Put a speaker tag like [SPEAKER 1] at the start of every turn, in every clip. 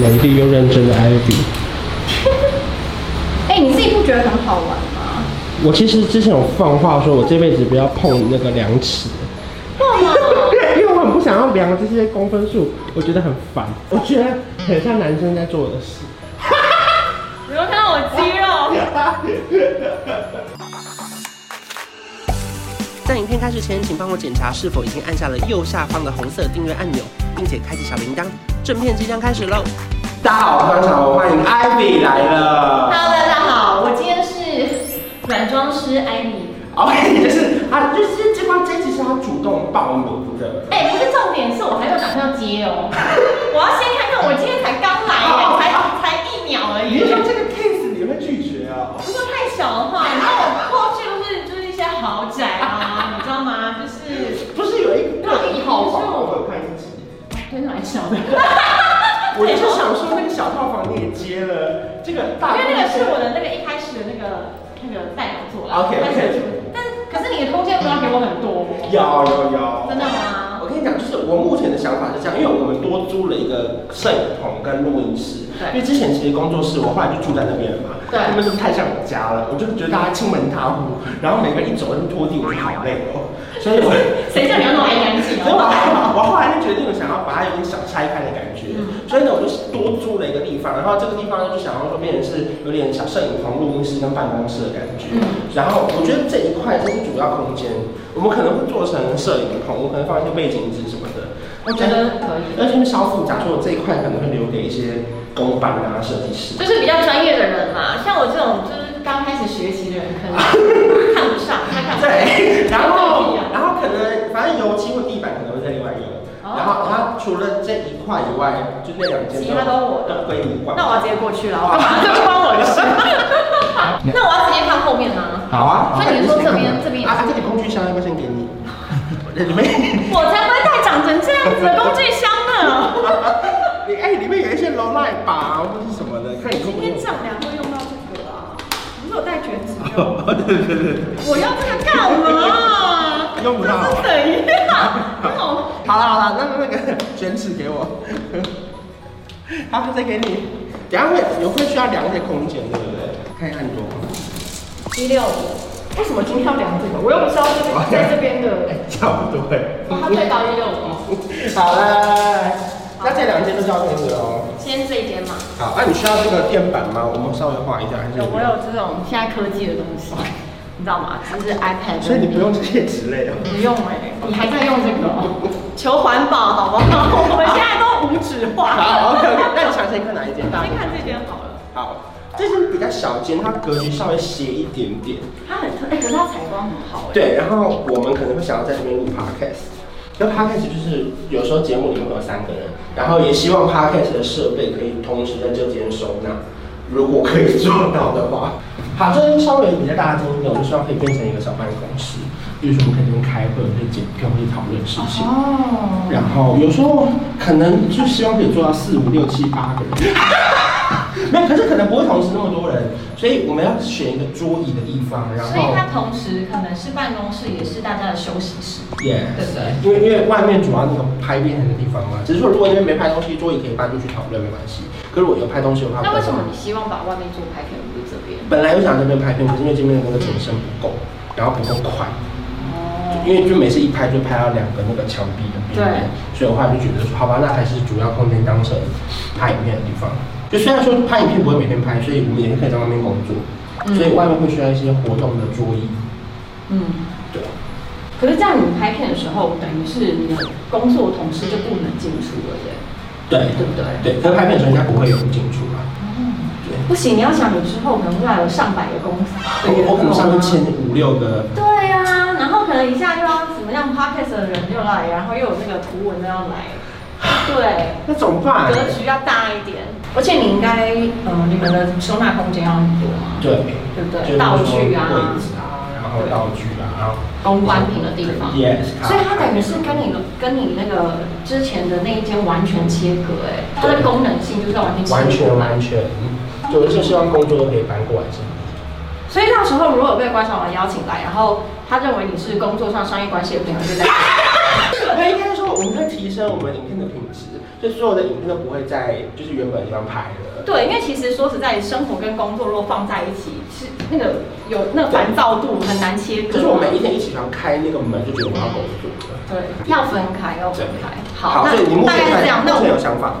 [SPEAKER 1] 能力又认真的艾比。
[SPEAKER 2] 哎、你自己不觉得很好玩吗？
[SPEAKER 1] 我其实之前有放话说，我这辈子不要碰那个量尺，
[SPEAKER 2] 哇嘛，
[SPEAKER 1] 因为我很不想要量这些公分数，我觉得很烦，我觉得很像男生在做的事。
[SPEAKER 2] 有没有看到我肌肉？
[SPEAKER 3] 在影片开始前，请帮我检查是否已经按下了右下方的红色订阅按钮，并且开启小铃铛。正片即将开始喽！
[SPEAKER 1] 大家好，我是小红，欢迎艾比来了
[SPEAKER 2] Hello，大家好，我今天是软装师艾米。
[SPEAKER 1] OK，就是 啊，就是这关这集是他主动报名的。
[SPEAKER 2] 哎、不是重点，是我还没有打算接 哦。我要先看看，我今天才刚来、
[SPEAKER 1] 好
[SPEAKER 2] 才
[SPEAKER 1] 好
[SPEAKER 2] 才一秒而
[SPEAKER 1] 你
[SPEAKER 2] 已
[SPEAKER 1] 是。说这个 case 你会拒绝啊？
[SPEAKER 2] 不过太小的话，你知道我过去都是就是一些豪宅 啊，你知道吗？就是哦
[SPEAKER 1] 不是有一个
[SPEAKER 2] 那你好吧
[SPEAKER 1] 我有看一集，
[SPEAKER 2] 真的蛮 小的。
[SPEAKER 1] 我就是想说那个小套房你也接了，这个大
[SPEAKER 2] 因为那个是我的那个一开始的那个那个代表作啦。
[SPEAKER 1] OK，OK
[SPEAKER 2] 但是但是可是你的空间不要给我很多，
[SPEAKER 1] 有有有，
[SPEAKER 2] 真的吗？
[SPEAKER 1] 我跟你讲，就是我目前的想法是这样，因为我们多租了一个摄影棚跟录音室。
[SPEAKER 2] 对
[SPEAKER 1] 因为之前其实工作室，我后来就住在那边了嘛。
[SPEAKER 2] 对
[SPEAKER 1] 那边是不是太像我家了？我就觉得大家亲门踏户，然后每个人一走就拖地，我就好累哦。所以我，
[SPEAKER 2] 谁叫你要弄爱干净
[SPEAKER 1] 所以我
[SPEAKER 2] 啊？
[SPEAKER 1] 我后来就决定想要把它有点小拆开的感觉。
[SPEAKER 2] 嗯
[SPEAKER 1] 所以呢，我就是多租了一个地方，然后这个地方呢就想要说变成是有点小摄影棚、录音室跟办公室的感觉。
[SPEAKER 2] 嗯
[SPEAKER 1] 然后我觉得这一块是主要空间，我们可能会做成摄影棚，我可能放一些背景纸什么的。
[SPEAKER 2] 我觉得可以，
[SPEAKER 1] 而且稍复杂，所以我这一块可能会留给一些工班啊、设计师。
[SPEAKER 2] 就是比较专业的人嘛，像我这种就是刚开始学习的人，可能看不上，他看不上。
[SPEAKER 1] 对，然后
[SPEAKER 2] 这个不一样
[SPEAKER 1] 然后可能反正油漆或地板可能会在另外用。
[SPEAKER 2] 哦
[SPEAKER 1] 然后然后除了这一块以外，就那两间
[SPEAKER 2] 其他都我的
[SPEAKER 1] 都归你管。
[SPEAKER 2] 那我要直接过去了，好不好这不关我的事。 那我要直接看后面 吗？
[SPEAKER 1] 好啊。
[SPEAKER 2] 那你说这边
[SPEAKER 1] 好
[SPEAKER 2] 这边也是
[SPEAKER 1] 啊，啊这个工具箱要不要先给 你？里面，
[SPEAKER 2] 我才不会带长成这样子的工具箱呢。
[SPEAKER 1] 你哎，里面有一些罗赖吧或是什么的，看你够
[SPEAKER 2] 今
[SPEAKER 1] 不够
[SPEAKER 2] 天。丈量会用到这个啊，你有带卷纸就好。
[SPEAKER 1] 哦， 对对对对。
[SPEAKER 2] 我要这个干嘛？
[SPEAKER 1] 用不到啊
[SPEAKER 2] 这是怎
[SPEAKER 1] 呃
[SPEAKER 2] 样？那种
[SPEAKER 1] 好了好了，那那个卷尺给我，好，再给你。等下会有会需要量一些空间，对不对？看一看多吗？
[SPEAKER 2] 一六五，为什么今天要量这个？我又不知道这个在这边的。
[SPEAKER 1] 差不多哎。
[SPEAKER 2] 哦，它最高一六五。
[SPEAKER 1] 好了，那这两间都交给你喽。
[SPEAKER 2] 先这一间嘛，
[SPEAKER 1] 好，那你需要这个垫板吗？我们稍微画一下，还是
[SPEAKER 2] 有我有这种现在科技的东西，你知道吗？就是 iPad 跟。
[SPEAKER 1] 所以你不用这些纸类哦。
[SPEAKER 2] 不用哎、你还在用这个哦、求环保好不好？ 我们现在都无纸化。
[SPEAKER 1] 好，OK OK，那你想先看哪一间？大
[SPEAKER 2] 先看这间好了，
[SPEAKER 1] 好，这间比较小间，它格局稍微斜一点点。
[SPEAKER 2] 它很特，哎、可是它采光很好哎、
[SPEAKER 1] 对，然后我们可能会想要在这边录 podcast。那 podcast 就是有时候节目里面会有三个人，然后也希望 podcast 的设备可以同时在这间收纳，如果可以做到的话。 好，这间稍微比较大的间一点，我们希望可以变成一个小办公室，比如说我们可以这边开会，可以剪片，可以讨论事情。
[SPEAKER 2] 哦，
[SPEAKER 1] 然后有时候可能就希望可以做到四五六七八个人， 没有，可是可能不会同时那么多人，所以我们要选一个桌椅的地方，然后
[SPEAKER 2] 所以它同时可能是办公室，也是大家的休息室。
[SPEAKER 1] 耶，
[SPEAKER 2] 对不对
[SPEAKER 1] 因为因为外面主要那个拍片的地方嘛，只是说如果那边没拍东西，桌椅可以搬出去讨论没关系。可是我有拍东西的话，
[SPEAKER 2] 那为什么你希望把外面做拍片，而不是这边？
[SPEAKER 1] 本来有想这边拍片，可是因为这边的那个景深不够，然后不够快，
[SPEAKER 2] 哦，
[SPEAKER 1] 因为就每次一拍就拍到两个那个墙壁的边缘，所以我后来就觉得说，好吧，那还是主要空间当成拍影片的地方。就虽然说拍影片不会每天拍，所以我们也可以在外面工作，
[SPEAKER 2] 嗯
[SPEAKER 1] 所以外面会需要一些活动的桌椅，
[SPEAKER 2] 嗯。
[SPEAKER 1] 对。
[SPEAKER 2] 可是这样你拍片的时候，等于是你的工作同事就不能进出了耶。
[SPEAKER 1] 对
[SPEAKER 2] 对不对
[SPEAKER 1] 对，可是拍片的时候应该不会有人进出吧？对。
[SPEAKER 2] 不行，你要想你之后可能未来有上百个公司，
[SPEAKER 1] 我我可能上面签五六个，
[SPEAKER 2] 对啊，然后可能一下又要怎么样，podcast 的人又来，然后又有那个图文的要来，对，
[SPEAKER 1] 那怎么办
[SPEAKER 2] 格局要大一点。
[SPEAKER 4] 哎
[SPEAKER 2] 而且你应该，呃，你们的收纳空间要很多嘛，
[SPEAKER 1] 对，
[SPEAKER 2] 对不
[SPEAKER 1] 就是
[SPEAKER 2] 对？道具啊，
[SPEAKER 1] 位置啊，然后道具啊，然后
[SPEAKER 2] 公关品的地方。
[SPEAKER 1] ，yes，
[SPEAKER 2] 所以它等于是跟你的跟你那个之前的那一间完全切割，哎，它的功能性就是完全切割
[SPEAKER 1] 完全完全，有的时候希望工作都可以搬过来是吗？
[SPEAKER 2] 所以到时候如果有被观赏完邀请来，然后他认为你是工作上商业关系的朋友，就在。
[SPEAKER 1] 那应该说，我
[SPEAKER 5] 们会提升我们影片的品质，就所有的影片都不会在就是原本的地方拍了。
[SPEAKER 2] 对，因为其实说实在，生活跟工作如果放在一起，是那个有那个烦躁度很难切割。
[SPEAKER 5] 就是我每一天一起床开那个门，就觉得我要工作了。
[SPEAKER 2] 对，要分开，要分开。
[SPEAKER 5] 好，
[SPEAKER 2] 好，
[SPEAKER 5] 所以你
[SPEAKER 2] 那
[SPEAKER 5] 目
[SPEAKER 2] 大
[SPEAKER 5] 前
[SPEAKER 2] 概是
[SPEAKER 5] 看
[SPEAKER 2] 这样。那
[SPEAKER 5] 目前有
[SPEAKER 2] 我
[SPEAKER 5] 想法吗？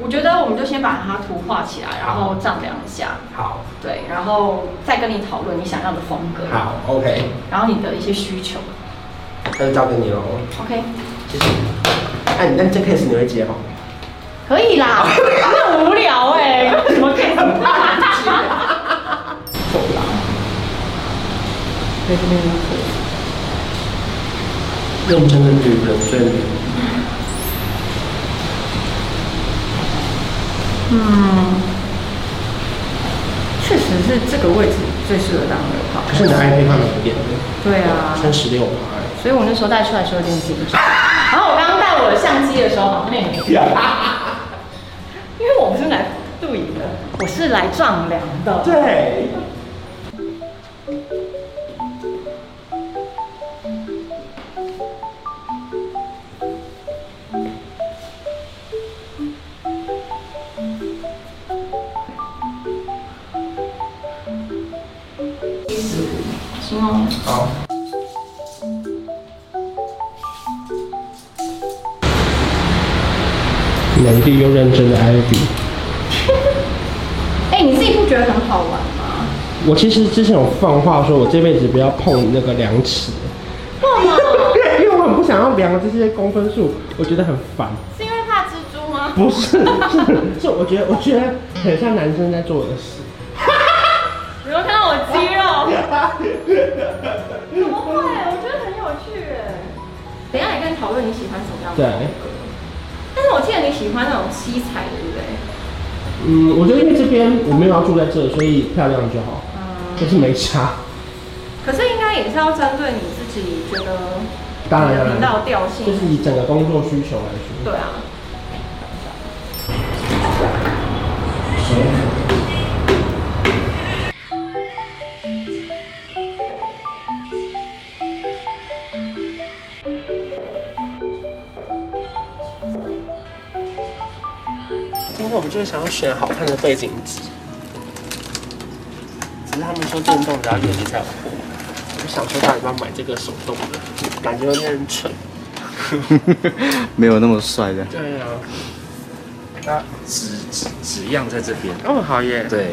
[SPEAKER 2] 我觉得我们就先把它图画起来，然
[SPEAKER 5] 好
[SPEAKER 2] 后丈量一下，
[SPEAKER 5] 好，
[SPEAKER 2] 对，然后再跟你讨论你想要的风格，
[SPEAKER 5] 好，OK，
[SPEAKER 2] 然后你的一些需求。
[SPEAKER 5] 那就交给你喽。
[SPEAKER 2] OK，
[SPEAKER 5] 谢谢。哎，你那这 case 你会接吗？
[SPEAKER 2] 可以啦，那 很无聊哎、怎么可以？
[SPEAKER 5] 走啦。在这边认真的女人最美。
[SPEAKER 4] 嗯，确实是这个位置最适合当流炮。
[SPEAKER 5] 可是你的 IP 放的有点
[SPEAKER 4] 对啊，
[SPEAKER 5] 三十六趴。
[SPEAKER 4] 所以我那时候带出来的时候有点紧张。
[SPEAKER 2] 然后我刚刚带我的相机的时候，好像也没
[SPEAKER 4] 因为我不是来录影的，我是来丈量的。
[SPEAKER 5] 对。
[SPEAKER 2] 行哦。
[SPEAKER 5] 好。美丽又认真的艾比，
[SPEAKER 2] 哎、你自己不觉得很好玩吗？
[SPEAKER 5] 我其实之前有放话说，我这辈子不要碰那个量尺，
[SPEAKER 2] 不吗？
[SPEAKER 5] 对， 因为我很不想要量这些公分数，我觉得很烦。
[SPEAKER 2] 是因为怕蜘蛛吗？
[SPEAKER 5] 不是， 是是，我觉得我觉得很像男生在做的 事。
[SPEAKER 2] 你有没有看到我肌肉？怎么会？我觉得很有趣哎。等一下，你跟你讨论你喜欢什么样的。
[SPEAKER 5] 对，
[SPEAKER 2] 但是我记得你喜欢那种七彩的，对不对？
[SPEAKER 5] 嗯，我觉得因为这边我没有要住在这，所以漂亮就好，就是没差。
[SPEAKER 2] 可是应该也是要针对你自己觉得
[SPEAKER 5] 当然
[SPEAKER 2] 你的
[SPEAKER 5] 当
[SPEAKER 2] 频
[SPEAKER 5] 然
[SPEAKER 2] 道，调性。
[SPEAKER 5] 就是以整个工作需求来说。
[SPEAKER 2] 对啊。
[SPEAKER 1] 今天我们就是想要选好看的背景纸，只是他们说电动只要月底才有货，我就想说到底要不要买这个手动的，感觉有点蠢。
[SPEAKER 6] 没有那么帅的。
[SPEAKER 1] 对啊，
[SPEAKER 6] 它纸纸纸样在这边，
[SPEAKER 1] 哦好耶。
[SPEAKER 6] 对，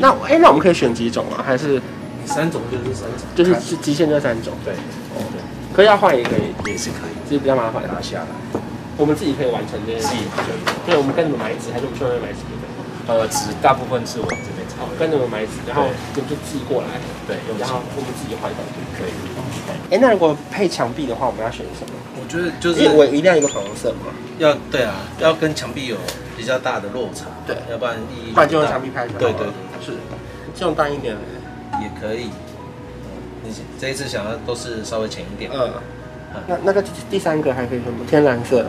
[SPEAKER 1] 那哎、那我们可以选几种啊？还是
[SPEAKER 6] 三种就是三种，
[SPEAKER 1] 就是是极限这三种？
[SPEAKER 6] 对，
[SPEAKER 1] 可以要换也可以，
[SPEAKER 6] 也是可以
[SPEAKER 1] 只是比较麻烦。
[SPEAKER 6] 拿下来，
[SPEAKER 1] 我们自己可以完成这件事
[SPEAKER 6] 自己
[SPEAKER 1] 情。
[SPEAKER 6] 可
[SPEAKER 1] 对，我们跟你们买一支，还是我们去外面买一支？对不对
[SPEAKER 6] 以。呃，纸大部分是我这边抄的，
[SPEAKER 1] 跟你们买一支，然后你
[SPEAKER 6] 对
[SPEAKER 1] 们就寄过来，
[SPEAKER 6] 对，用
[SPEAKER 1] 然
[SPEAKER 6] 纸
[SPEAKER 1] 后我们自己换上去。
[SPEAKER 6] 可以。
[SPEAKER 1] 哎、那如果配墙壁的话，我们要选什么？
[SPEAKER 7] 我觉得就
[SPEAKER 1] 因为
[SPEAKER 7] 是
[SPEAKER 1] 我一定要一个粉红色嘛，
[SPEAKER 7] 要对啊，要跟墙壁有比较大的落差，
[SPEAKER 1] 对
[SPEAKER 7] 要不然意义
[SPEAKER 1] 不然就用
[SPEAKER 7] 不大
[SPEAKER 1] 墙壁拍就好了
[SPEAKER 7] 对对
[SPEAKER 1] 是，这种淡一点的，
[SPEAKER 7] 对，也可以。你这一次想要都是稍微浅一点，
[SPEAKER 1] 嗯。那那个第第三个还可以什么？天蓝色，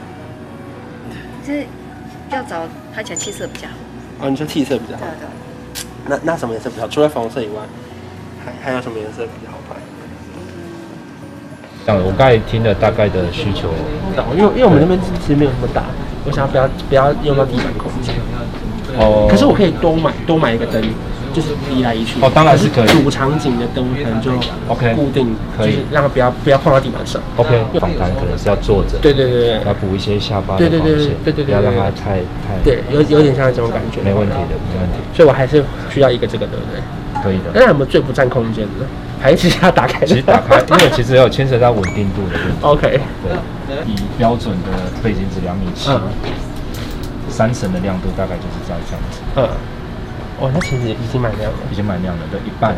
[SPEAKER 4] 这要找拍起来气色比较好。
[SPEAKER 1] 哦，你说气色比较好
[SPEAKER 4] 对。对。
[SPEAKER 1] 那那什么颜色比较好？除了粉红色以外，还还有什么颜色比较好拍？
[SPEAKER 8] 这样，我刚才听了大概的需求，
[SPEAKER 1] 因为因为我们那边其实没有那么大，我想要不要不要用到地板空间。
[SPEAKER 8] 哦，
[SPEAKER 1] 可是我可以多买多买一个灯，就是移来移去。
[SPEAKER 8] 哦当然是可以
[SPEAKER 1] 主场景的灯可能就
[SPEAKER 8] OK，
[SPEAKER 1] 固定，
[SPEAKER 8] 可以
[SPEAKER 1] 就是让它不要不要碰到地板上。
[SPEAKER 8] OK 访谈可能是要坐着，
[SPEAKER 1] 对对对对
[SPEAKER 8] 要补一些下巴的
[SPEAKER 1] 对
[SPEAKER 8] 防
[SPEAKER 1] 对
[SPEAKER 8] 线，
[SPEAKER 1] 对对对对对
[SPEAKER 8] 不要让它太太，
[SPEAKER 1] 对，有有点像这种感觉。
[SPEAKER 8] 没问题的，没问题，
[SPEAKER 1] 所以我还是需要一个这个，对不对？
[SPEAKER 8] 可以的。
[SPEAKER 1] 那有没有最不占空间的？还是要打开？
[SPEAKER 8] 其实打开，因为其实有牵扯到稳定度的问 题。
[SPEAKER 1] OK，
[SPEAKER 8] 对，以标准的背景纸两米七、
[SPEAKER 1] 嗯
[SPEAKER 8] 三层的亮度大概就是在这样子，
[SPEAKER 1] 嗯，哦，那其实已经蛮亮了。
[SPEAKER 8] 已经蛮亮的，对，一半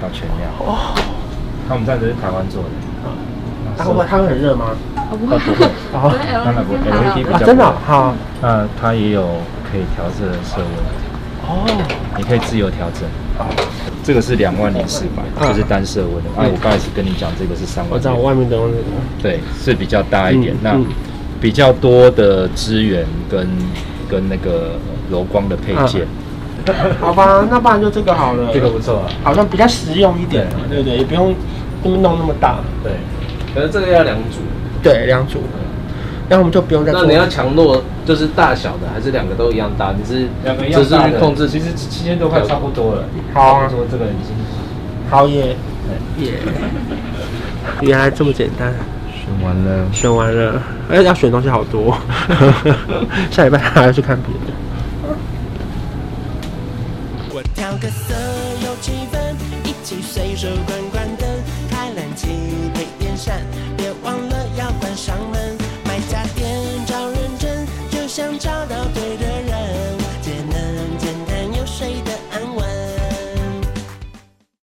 [SPEAKER 8] 到全亮。哦，那我们这样子是台湾做的，
[SPEAKER 1] 嗯它会它啊会很热吗？
[SPEAKER 8] 不会，
[SPEAKER 1] 哦，
[SPEAKER 8] 当然不会，LED 比
[SPEAKER 1] 啊
[SPEAKER 8] 较
[SPEAKER 1] 真的
[SPEAKER 8] 不
[SPEAKER 1] 哦
[SPEAKER 8] 会
[SPEAKER 1] 好
[SPEAKER 8] 那它也有可以调色的色温，
[SPEAKER 1] 哦。
[SPEAKER 8] 你可以自由调整。这个是两万零四百，就是单色温的。哎，我刚才是跟你讲，这个是三万。
[SPEAKER 1] 我知道我外面的用这个。
[SPEAKER 8] 对，是比较大一点。
[SPEAKER 1] 嗯
[SPEAKER 8] 那
[SPEAKER 1] 嗯
[SPEAKER 8] 比较多的资源跟跟那个柔光的配件，
[SPEAKER 1] 好吧，那不然就这个好了。
[SPEAKER 8] 这个不错啊。
[SPEAKER 1] 好像比较实用一点啊，对
[SPEAKER 8] 对
[SPEAKER 1] 不对？也不用那么弄那么大。
[SPEAKER 8] 对，
[SPEAKER 7] 可是这个要两组，
[SPEAKER 1] 对，两组，那我们就不用再做。
[SPEAKER 7] 那你要强弱就是大小的，还是两个都一样大？你是
[SPEAKER 8] 两个一
[SPEAKER 7] 只
[SPEAKER 8] 样
[SPEAKER 7] 是
[SPEAKER 8] 大
[SPEAKER 7] 去
[SPEAKER 8] 的，
[SPEAKER 7] 控制
[SPEAKER 8] 其实七千多块差不多了。
[SPEAKER 1] 好啊
[SPEAKER 8] 差不多这个已经
[SPEAKER 1] 好耶耶， 原来这么简单。
[SPEAKER 8] 选完了。
[SPEAKER 1] 选完了，哎，要选的东西好多， 下礼拜还要去看别的。
[SPEAKER 3] 我调个色有气氛，一起随手关关灯，开冷气配电扇，别忘了要关上门。